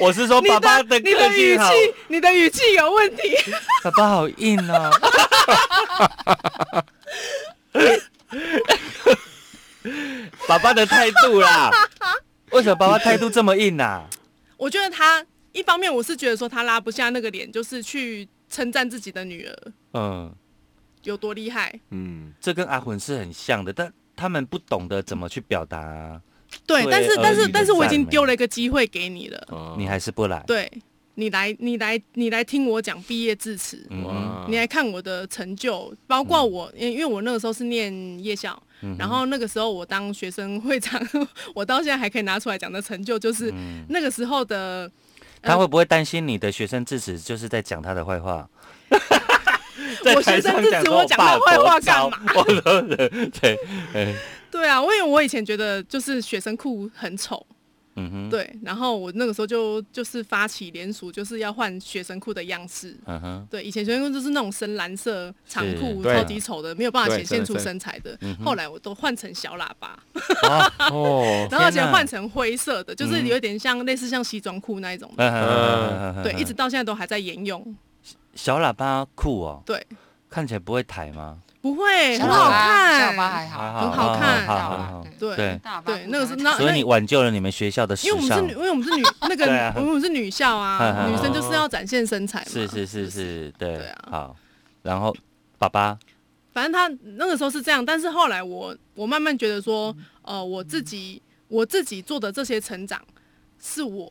Speaker 2: 我是说
Speaker 3: 你
Speaker 2: 爸爸
Speaker 3: 的你
Speaker 2: 个
Speaker 3: 的语
Speaker 2: 性好，
Speaker 3: 气你的语气有问题？
Speaker 2: 爸爸好硬哦。 爸爸的态度啦，为什么爸爸态度这么硬啊？
Speaker 3: 我觉得他一方面我是觉得说他拉不下那个脸，就是去称赞自己的女儿
Speaker 2: 嗯，
Speaker 3: 有多厉害。
Speaker 4: 嗯，
Speaker 2: 这跟阿混是很像的，但他们不懂得怎么去表达、
Speaker 3: 对，
Speaker 2: 对
Speaker 3: 但是
Speaker 2: 儿
Speaker 3: 但是
Speaker 2: 女的
Speaker 3: 但是我已
Speaker 2: 赞
Speaker 3: 经
Speaker 2: 美
Speaker 3: 丢了一个机会给你了，
Speaker 4: 哦
Speaker 2: 你还是不来。
Speaker 3: 对你来你来你来听我讲毕业致辞，
Speaker 2: 嗯哼，
Speaker 4: 哇
Speaker 3: 你来看我的成就，包括我，因因为我那个时候是念夜校，然后那个时候我当学生 会长，我到现在还可以拿出来讲的成就，就是那个时候的，
Speaker 2: 他会不会担心你的学生致辞就是在讲他的坏话？
Speaker 3: 我学生致辞我讲他坏话干嘛？
Speaker 2: 我都是对，哎
Speaker 3: 对啊，因为我以前觉得就是学生裤很丑，
Speaker 2: 嗯哼，，
Speaker 3: 对，然后我那个时候就就是发起联署，就是要换学生裤的样式。
Speaker 2: 嗯哼，
Speaker 3: 对，以前学生裤就是那种深蓝色长裤，
Speaker 4: 对
Speaker 3: 超级丑的，没有办法
Speaker 4: 对
Speaker 3: 显现
Speaker 4: 真的
Speaker 3: 出
Speaker 4: 真的
Speaker 3: 身材的。后来我都换成小喇叭，
Speaker 2: 啊，
Speaker 4: 哦，
Speaker 3: 然后而且
Speaker 2: 天哪
Speaker 3: 换成灰色的，就是
Speaker 2: 嗯
Speaker 3: 有点像类似像西装裤那一种的。
Speaker 2: 嗯
Speaker 3: 对，一直到现在都还在沿用。
Speaker 2: 小喇叭酷哦，
Speaker 3: 对，
Speaker 2: 看起来不会抬吗？
Speaker 3: 不会，
Speaker 5: 小
Speaker 3: 很
Speaker 5: 喇
Speaker 3: 好
Speaker 5: 叭小喇叭还
Speaker 3: 看。
Speaker 5: 好，
Speaker 3: 很好看
Speaker 2: 啊哎好
Speaker 5: 大
Speaker 2: 好
Speaker 5: 喇
Speaker 2: 好
Speaker 5: 叭，
Speaker 3: 对
Speaker 2: 对
Speaker 5: 大喇叭
Speaker 3: 对，那个是
Speaker 5: 不
Speaker 3: 那
Speaker 2: 所以
Speaker 3: 啊那
Speaker 2: 你，挽救了你们学校的时
Speaker 3: 因为我们是
Speaker 2: 尚
Speaker 3: 女，因，为我们是 女，那个
Speaker 2: 对啊
Speaker 3: 我们是女校
Speaker 2: 嗯嗯
Speaker 3: 啊，
Speaker 2: 嗯
Speaker 3: 女生就是要展现身材嘛。
Speaker 2: 是是是。是，
Speaker 3: 对
Speaker 2: 对
Speaker 3: 啊，
Speaker 2: 好，然后爸爸，
Speaker 3: 反正他那个时候是这样，但是后来我我慢慢觉得说，呃，我自己我自己做的这些成长，是我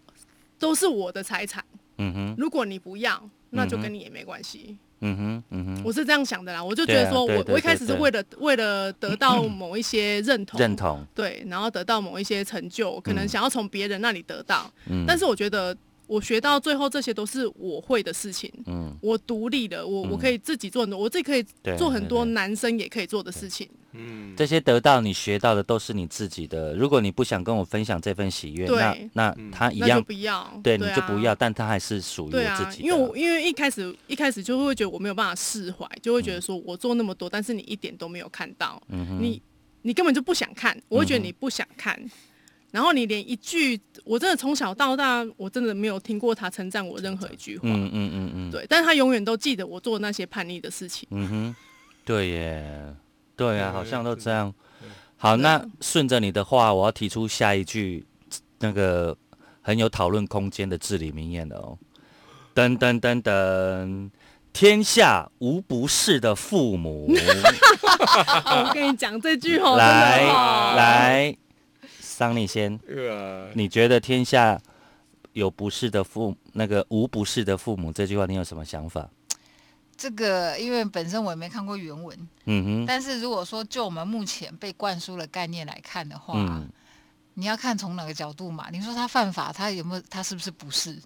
Speaker 3: 都是我的财产。
Speaker 2: 嗯哼，
Speaker 3: 如果你不要，那就
Speaker 2: 嗯哼
Speaker 3: 跟你也没关系。
Speaker 2: 嗯哼，嗯哼，
Speaker 3: 我是这样想的啦，我就觉
Speaker 2: 对
Speaker 3: 得
Speaker 2: 啊
Speaker 3: 说
Speaker 2: 对
Speaker 3: 我
Speaker 2: 对
Speaker 3: 我一开始是
Speaker 2: 对对
Speaker 3: 为了为了得到某一些认同，
Speaker 2: 认同，
Speaker 3: 对，然后得到某一些成就，可能
Speaker 2: 嗯
Speaker 3: 想要从别人那里得到，
Speaker 2: 嗯，
Speaker 3: 但是我觉得我学到最后，这些都是我会的事情。
Speaker 2: 嗯，
Speaker 3: 我独立的，我我
Speaker 2: 嗯
Speaker 3: 可以自己做很多，我自己可以
Speaker 2: 对
Speaker 3: 做很多
Speaker 2: 对对
Speaker 3: 男生也可以做的事情。
Speaker 4: 嗯，
Speaker 2: 这些得到你学到的都是你自己的。如果你不想跟我分享这份喜悦，那
Speaker 3: 对
Speaker 2: 那
Speaker 4: 嗯
Speaker 2: 他一
Speaker 3: 那就
Speaker 2: 样
Speaker 3: 不，要，
Speaker 2: 对
Speaker 3: 啊
Speaker 2: 你就不要，。但他还是属于
Speaker 3: 对
Speaker 2: 我
Speaker 3: 啊
Speaker 2: 自，己的。
Speaker 3: 因为我因为一开始一开始就会觉得我没有办法释怀，就会觉得说我做那么多，但是你一点都没有看到，
Speaker 2: 嗯哼嗯
Speaker 3: 你你根本就不想看，我会觉得你不想看，然后你连一句，我真的从小到大，我真的没有听过他称赞我任何一句话，
Speaker 2: 嗯嗯嗯嗯，
Speaker 3: 对，但是他永远都记得我做那些叛逆的事情。
Speaker 2: 嗯哼，对耶，对啊，
Speaker 4: 对
Speaker 2: 好像都这样。好，那顺着你的话，我要提出下一句那个很有讨论空间的至理名言了哦。噔噔噔噔，天下无不是的父母。
Speaker 3: 哦我跟你讲这句哦，真
Speaker 2: 来
Speaker 3: 的哦，
Speaker 2: 来，桑尼先，
Speaker 4: 呃，
Speaker 2: 你觉得天下有不是的父那个无不是的父母这句话，你有什么想法？
Speaker 5: 这个因为本身我也没看过原文，
Speaker 2: 嗯哼，
Speaker 5: 但是如果说就我们目前被灌输的概念来看的话，
Speaker 2: 嗯
Speaker 5: 你要看从哪个角度嘛？你说他犯法，他有没有？他是不是不是？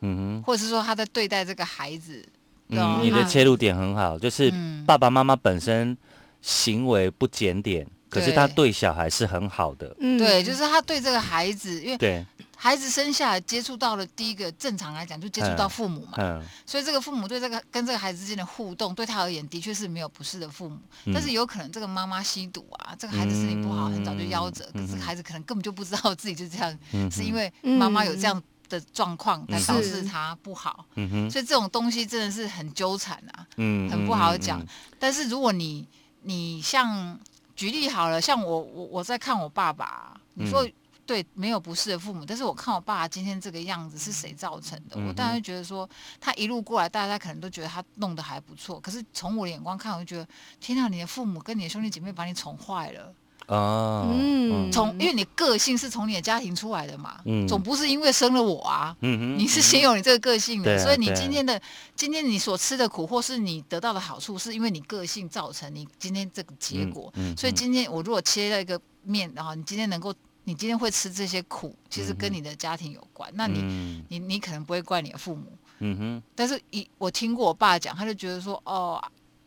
Speaker 2: 嗯哼。
Speaker 5: 或者是说他在对待这个孩子？
Speaker 2: 嗯，
Speaker 5: 懂
Speaker 2: 你的
Speaker 5: 吗
Speaker 2: 切入点很好，就是
Speaker 5: 嗯
Speaker 2: 爸爸妈妈本身行为不检点，可是
Speaker 5: 对
Speaker 2: 他对小孩是很好的。
Speaker 3: 嗯
Speaker 5: 对，就是他对这个孩子，因为
Speaker 2: 对，
Speaker 5: 孩子生下来接触到了第一个，正常来讲就接触到父母嘛，
Speaker 2: 嗯
Speaker 5: 所以这个父母对这个跟这个孩子之间的互动，对他而言的确是没有不是的父母，
Speaker 2: 嗯
Speaker 5: 但是有可能这个妈妈吸毒啊，这个孩子身体不好，很早就夭折，可
Speaker 2: 嗯
Speaker 5: 是
Speaker 2: 嗯
Speaker 5: 孩子可能根本就不知道自己就这样，
Speaker 2: 嗯哼，
Speaker 5: 是因为妈妈有这样的状况才导
Speaker 3: 是
Speaker 5: 致他不好，
Speaker 2: 嗯哼，
Speaker 5: 所以这种东西真的是很纠缠啊。
Speaker 2: 嗯
Speaker 5: 很不好讲。但是如果你你像举例好了，像我我我在看我爸爸，你说、
Speaker 2: 嗯
Speaker 5: 对没有不是的父母，但是我看我爸爸今天这个样子是谁造成的？
Speaker 2: 嗯
Speaker 5: 我
Speaker 2: 哼
Speaker 5: 当然会觉得说他一路过来，大家可能都觉得他弄得还不错，可是从我的眼光看，我就觉得天啊，你的父母跟你的兄弟姐妹把你宠坏了，
Speaker 2: 哦，
Speaker 3: 嗯
Speaker 2: 嗯
Speaker 5: 从因为你个性是从你的家庭出来的嘛，
Speaker 2: 嗯
Speaker 5: 总不是因为生了我啊。
Speaker 2: 嗯哼，
Speaker 5: 你是先有你这个个性
Speaker 2: 对
Speaker 5: 的，
Speaker 2: 啊
Speaker 5: 所以你
Speaker 2: 对啊
Speaker 5: 今天的今天你所吃的苦，或是你得到的好处，是因为你个性造成你今天这个结果。
Speaker 2: 嗯嗯
Speaker 5: 所以
Speaker 2: 嗯
Speaker 5: 今天我如果切了一个面，然后你今天能够你今天会吃这些苦，其实跟你的家庭有关。那你、
Speaker 2: 嗯
Speaker 5: 你你可能不会怪你的父母，
Speaker 2: 嗯哼，
Speaker 5: 但是一我听过我爸讲，他就觉得说，哦，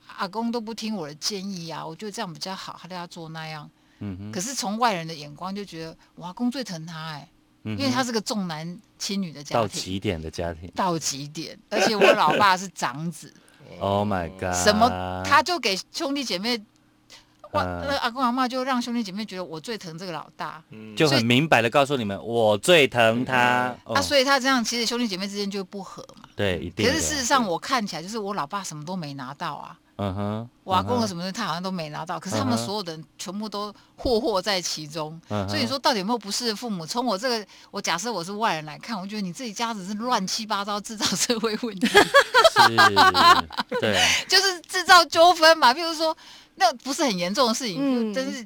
Speaker 5: 阿公都不听我的建议啊，我觉得这样比较好，他都要做那样。
Speaker 2: 嗯哼，
Speaker 5: 可是从外人的眼光就觉得，我阿公最疼他哎、
Speaker 2: 因
Speaker 5: 因为他是个重男轻女的家
Speaker 2: 嗯到
Speaker 5: 庭。
Speaker 2: 极点的家庭
Speaker 5: 到极点，而且我老爸是 长子，
Speaker 2: ，Oh my God，
Speaker 5: 什么他就给兄弟姐妹，哇，
Speaker 2: 嗯
Speaker 5: 那阿公阿妈就让兄弟姐妹觉得我最疼这个老大，
Speaker 4: 嗯
Speaker 2: 就很明白的告诉你们，我最疼他，哦
Speaker 5: 啊，所以他这样其实兄弟姐妹之间就不和嘛。
Speaker 2: 对，一
Speaker 5: 可
Speaker 2: 定的。
Speaker 5: 是事实上我看起来就是我老爸什么都没拿到啊，
Speaker 2: 嗯哼，
Speaker 5: 我阿公
Speaker 2: 嗯
Speaker 5: 的
Speaker 2: 哼
Speaker 5: 什么东西他好像都没拿到，可是他们
Speaker 2: 嗯哼
Speaker 5: 所有的人全部都霍霍在其中。
Speaker 2: 嗯哼
Speaker 5: 所以你说到底有没有不是父母？从我这个，我假设我是外人来看，我觉得你自己家子是乱七八糟，制造社会问题。
Speaker 2: 是，对，
Speaker 5: 就是制造纠纷嘛。譬如说，那不是很严重的事情，
Speaker 3: 嗯
Speaker 5: 但是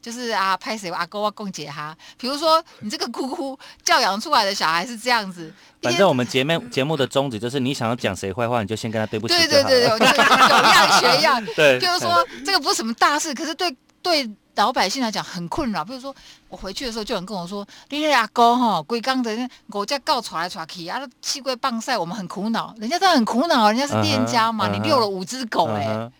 Speaker 5: 就是啊，拍谁阿公啊，共姐哈。比如说，你这个姑姑教养出来的小孩是这样子，
Speaker 2: 反正我们节目节目的宗旨就是，你想要讲谁坏话，你就先跟他对不起
Speaker 5: 对
Speaker 2: 就
Speaker 5: 对
Speaker 2: 好
Speaker 5: 对对，
Speaker 2: 了
Speaker 5: 我就是有样学样。
Speaker 2: 对
Speaker 5: 就是说，这个不是什么大事，可是对对老百姓来讲很困扰。比如说，我回去的时候，就有人跟我说：“你那阿公吼，规缸的我家告传来传去啊，气龟棒晒，我们很苦恼。人家都很苦恼，人家是店家嘛，
Speaker 2: 嗯哼
Speaker 5: 你遛了五只狗哎、
Speaker 2: 嗯哼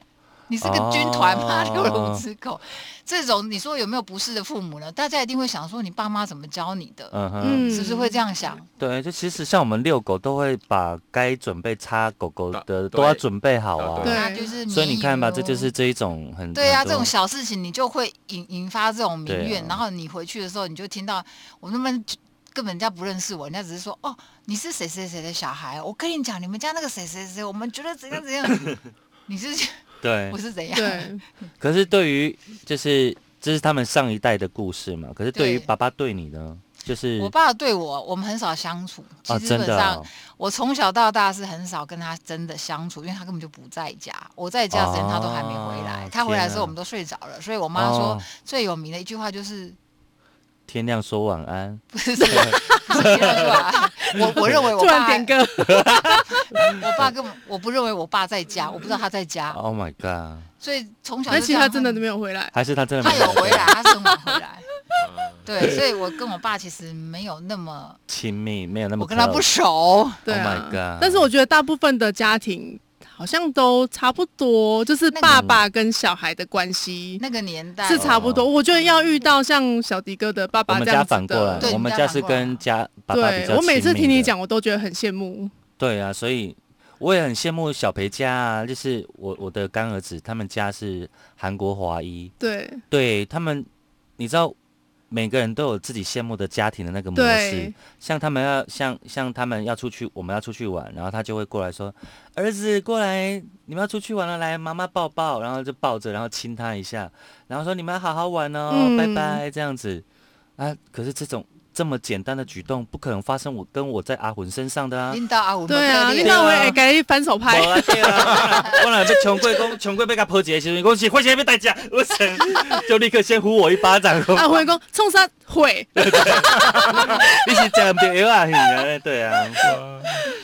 Speaker 5: 你是个军团嘛，
Speaker 2: 哦
Speaker 5: 遛了五只狗，这种你说有没有不是的父母呢？大家一定会想说，你爸妈怎么教你的？
Speaker 2: 嗯哼，
Speaker 3: 嗯
Speaker 5: 是不是会这样想？
Speaker 2: 对，就其实像我们遛狗都会把该准备擦狗狗的
Speaker 4: 对
Speaker 2: 都要准备好啊，
Speaker 3: 对
Speaker 5: 那就是
Speaker 2: 所以你看吧，
Speaker 5: 有
Speaker 2: 这就是这一种很
Speaker 5: 哦对啊，
Speaker 2: 很
Speaker 5: 这
Speaker 2: 多
Speaker 5: 种小事情你就会引引发这种民
Speaker 2: 对
Speaker 5: 怨
Speaker 2: 啊，
Speaker 5: 然后你回去的时候，你就听到我那么根本人家不认识我，人家只是说哦，你是谁谁谁的小孩，我跟你讲，你们家那个谁谁谁，我们觉得怎样怎样， 你是
Speaker 2: 对
Speaker 5: 我，是怎样？
Speaker 3: 对，
Speaker 2: 可是对于就是这是他们上一代的故事嘛，可是对于
Speaker 5: 对
Speaker 2: 爸爸对你呢，就是
Speaker 5: 我爸对我，我们很少相处，基
Speaker 2: 啊，真
Speaker 5: 本
Speaker 2: 的
Speaker 5: 上、
Speaker 2: 哦
Speaker 5: 我从小到大是很少跟他真的相处，因为他根本就不在家，我在家的时间他都还没回来，
Speaker 2: 哦
Speaker 5: 他回来的
Speaker 2: 天啊
Speaker 5: 时候我们都睡着了，所以我妈说、
Speaker 2: 哦
Speaker 5: 最有名的一句话就是
Speaker 2: 天亮说晚安，
Speaker 5: 不是不是别人说啊我我认为 我
Speaker 3: 突然
Speaker 5: 爸
Speaker 3: 点歌，
Speaker 5: 我爸根本我不认为我爸在家，我不知道他在家，
Speaker 2: Oh my god！
Speaker 5: 所以从小
Speaker 3: 但
Speaker 5: 就这
Speaker 3: 其实
Speaker 5: 样
Speaker 3: 他真的没有回来。
Speaker 2: 还是他真的
Speaker 5: 他
Speaker 2: 没
Speaker 5: 有回来，他是很晚 回来，
Speaker 4: 啊
Speaker 5: 对，所以我跟我爸其实没有那么
Speaker 2: 亲密，没有那么
Speaker 5: 我跟他不
Speaker 2: close
Speaker 5: 熟，
Speaker 3: 对
Speaker 2: Oh my
Speaker 3: 啊
Speaker 2: god
Speaker 3: 但是我觉得大部分的家庭好像都差不多，就是
Speaker 5: 那个
Speaker 3: 爸爸跟小孩的关系
Speaker 5: 那个年代
Speaker 3: 是差不多。我觉得要遇到像小迪哥的爸
Speaker 2: 哦我
Speaker 3: 爸
Speaker 2: 们
Speaker 3: 这
Speaker 2: 家
Speaker 3: 样
Speaker 2: 反
Speaker 3: 子
Speaker 2: 过
Speaker 3: 的，
Speaker 2: 来，
Speaker 5: 对
Speaker 2: 我
Speaker 5: 你
Speaker 2: 们
Speaker 5: 家
Speaker 2: 家
Speaker 5: 反
Speaker 2: 是
Speaker 5: 过来
Speaker 2: 跟家爸爸比
Speaker 3: 对
Speaker 2: 较
Speaker 3: 我每次
Speaker 2: 亲密
Speaker 3: 听你
Speaker 2: 的，
Speaker 3: 讲，我都觉得很羡慕。
Speaker 2: 对啊，所以我也很羡慕小培家啊，就是我我的干儿子，他们家是韩国华裔，
Speaker 3: 对
Speaker 2: 对他们，你知道。每个人都有自己羡慕的家庭的那个模式
Speaker 3: 对，，
Speaker 2: 像他们要像像他们要出去，我们要出去玩，然后他就会过来说：“儿子，过来，你们要出去玩了，来，妈妈抱抱。”然后就抱着，然后亲他一下，然后说：“你们要好好玩哦，
Speaker 3: 嗯
Speaker 2: 拜拜。”这样子啊，可是这种这么简单的举动，不可能发生我跟我在阿混身上的啊。
Speaker 5: 领导啊，我们
Speaker 3: 对啊，
Speaker 5: 热烈
Speaker 3: 你那我也该反手拍
Speaker 2: 无。啦对啊， 我若被穷鬼讲，穷鬼被他破解的时候，我是发现要代价，我神 就立刻先呼我一巴掌。
Speaker 3: 啊， 回公冲杀毁，
Speaker 2: 你是讲不对啊，你啊对 啊，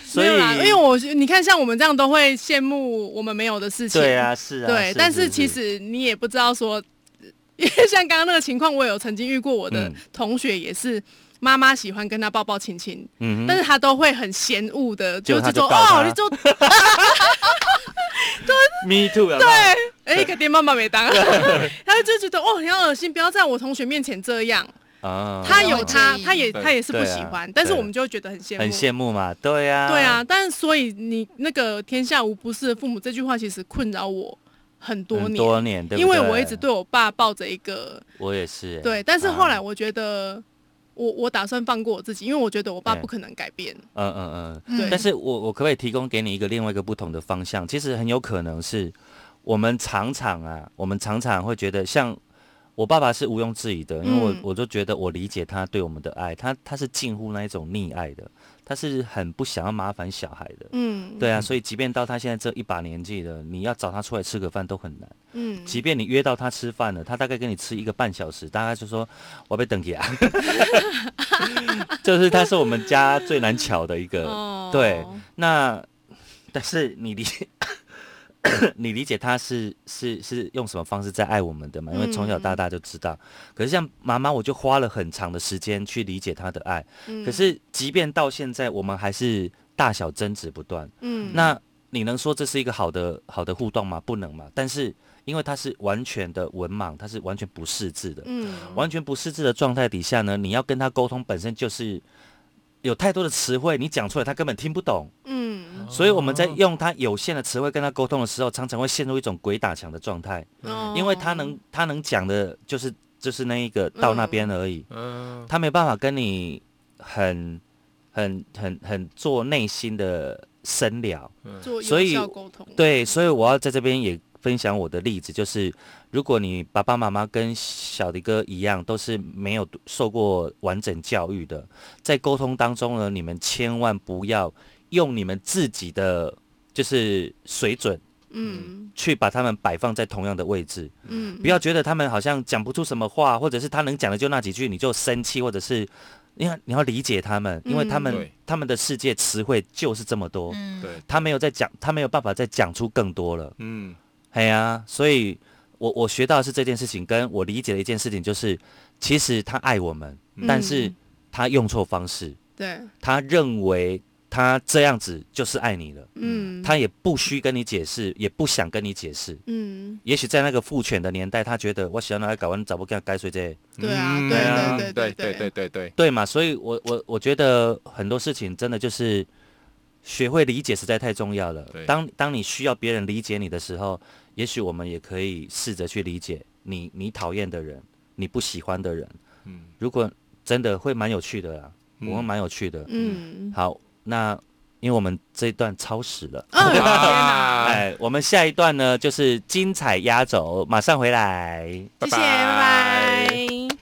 Speaker 2: 所以
Speaker 3: 没有啦因为我你看，像我们这样都会羡慕我们没有的事情，
Speaker 2: 对啊，是啊，
Speaker 3: 对但
Speaker 2: 是
Speaker 3: 是其实你也不知道说， 因为像刚刚那个情况，我有曾经遇过，我的
Speaker 2: 嗯
Speaker 3: 同学也是。妈妈喜欢跟他抱抱亲亲，
Speaker 2: 嗯
Speaker 3: 但
Speaker 2: 哼，
Speaker 3: 是他都会很嫌恶的，
Speaker 2: 结果
Speaker 3: 就
Speaker 2: 他
Speaker 3: 是
Speaker 2: 就
Speaker 3: 说
Speaker 2: 告他
Speaker 3: 哦，你就
Speaker 2: ，me too 啊，
Speaker 3: 对，哎、肯定妈妈 没当，他就觉得哦，你好恶心，不要在我同学面前这样。
Speaker 2: 啊，
Speaker 3: 他有
Speaker 5: 会
Speaker 3: 他
Speaker 5: 介，意
Speaker 3: 他也
Speaker 4: 对
Speaker 3: 他也是不
Speaker 2: 对啊
Speaker 3: 喜欢，但是
Speaker 2: 对
Speaker 3: 我们就会觉得很羡慕，
Speaker 2: 很羡慕嘛，对啊，
Speaker 3: 对啊，，但所以你那个“天下无不是的父母”这句话，其实困扰我很多
Speaker 2: 很
Speaker 3: 年，
Speaker 2: 多年，对不
Speaker 3: 因为
Speaker 2: 对
Speaker 3: 我一直对我爸抱着一个
Speaker 2: 我也是，
Speaker 3: 对，但是后来
Speaker 2: 啊
Speaker 3: 我觉得我，我打算放过我自己，因为我觉得我爸
Speaker 2: 对
Speaker 3: 不可能改变。
Speaker 2: 嗯嗯嗯，
Speaker 5: 嗯
Speaker 2: 但是我我可不可以提供给你一个另外一个不同的方向？其实很有可能是我们常常啊，我们常常会觉得像。我爸爸是毋庸置疑的，因为我
Speaker 3: 嗯
Speaker 2: 我就觉得我理解他对我们的爱，他他是近乎那一种溺爱的，他是很不想要麻烦小孩的，
Speaker 3: 嗯，
Speaker 2: 对啊，所以即便到他现在这一把年纪了，你要找他出来吃个饭都很难。
Speaker 3: 嗯，
Speaker 2: 即便你约到他吃饭了，他大概跟你吃一个半小时，大概就说我被等 你啊，就是他是我们家最难巧的一个。
Speaker 3: 哦
Speaker 2: 对，那但是你理 你理解他是是是用什么方式在爱我们的嘛？因为从小
Speaker 3: 嗯
Speaker 2: 到大就知道。可是像妈妈，我就花了很长的时间去理解她的爱。
Speaker 3: 嗯
Speaker 2: 可是即便到现在，我们还是大小争执不断。
Speaker 3: 嗯，
Speaker 2: 那你能说这是一个好的好的互动吗？不能嘛。但是因为他是完全的文盲，他是完全不识字的，
Speaker 3: 嗯
Speaker 2: 完全不识字的状态底下呢，你要跟他沟通本身就是有太多的词汇，你讲出来他根本听不懂。
Speaker 3: 嗯
Speaker 2: 所以我们在用他有限的词汇跟他沟通的时候，常常会陷入一种鬼打墙的状态，
Speaker 3: 哦
Speaker 2: 因为他能他能讲的就是就是那一个到那边而已，
Speaker 4: 嗯，
Speaker 2: 他没办法跟你很很很很做内心的深聊。
Speaker 3: 做
Speaker 2: 所
Speaker 3: 有
Speaker 2: 以
Speaker 3: 效沟通，
Speaker 2: 对，所以我要在这边也分享我的例子，就是如果你爸爸妈妈跟小迪哥一样，都是没有读受过完整教育的，在沟通当中呢，你们千万不要用你们自己的就是水准
Speaker 3: 嗯
Speaker 2: 去把他们摆放在同样的位置，
Speaker 3: 嗯，
Speaker 2: 不要觉得他们好像讲不出什么话，或者是他能讲的就那几句，你就生气，或者是。你要你要理解他们，因为他们、
Speaker 4: 嗯对
Speaker 2: 他们的世界词汇就是这么多，
Speaker 5: 嗯，
Speaker 4: 对，
Speaker 2: 他没有在讲，他没有办法再讲出更多了。
Speaker 4: 嗯，
Speaker 2: 哎呀、所以我我学到的是这件事情，跟我理解的一件事情就是，其实他爱我们，
Speaker 3: 嗯
Speaker 2: 但是他用错方式，
Speaker 3: 对，
Speaker 2: 他认为他这样子就是爱你了，
Speaker 3: 嗯，
Speaker 2: 他也不需跟你解释，也不想跟你解释。
Speaker 3: 嗯，
Speaker 2: 也许在那个父权的年代，他觉得我喜欢拿来搞完找不干该谁这
Speaker 3: 对啊
Speaker 4: 嗯
Speaker 3: 对
Speaker 2: 啊
Speaker 4: 对
Speaker 3: 对对
Speaker 4: 对
Speaker 3: 对
Speaker 4: 对对对，
Speaker 2: 对嘛？所以我我我觉得很多事情真的就是学会理解实在太重要了
Speaker 4: 对。
Speaker 2: 当当你需要别人理解你的时候，也许我们也可以试着去理解你你讨厌的人，你不喜欢的人。
Speaker 4: 嗯
Speaker 2: 如果真的会蛮有趣的啦，
Speaker 4: 嗯
Speaker 2: 我会蛮有趣的。
Speaker 3: 嗯，
Speaker 2: 好，那因为我们这一段超时了。
Speaker 3: 啊，天
Speaker 4: 啊
Speaker 3: 哪，
Speaker 2: 哎，我们下一段呢就是精彩压轴，马上回来。
Speaker 3: 谢谢，拜拜。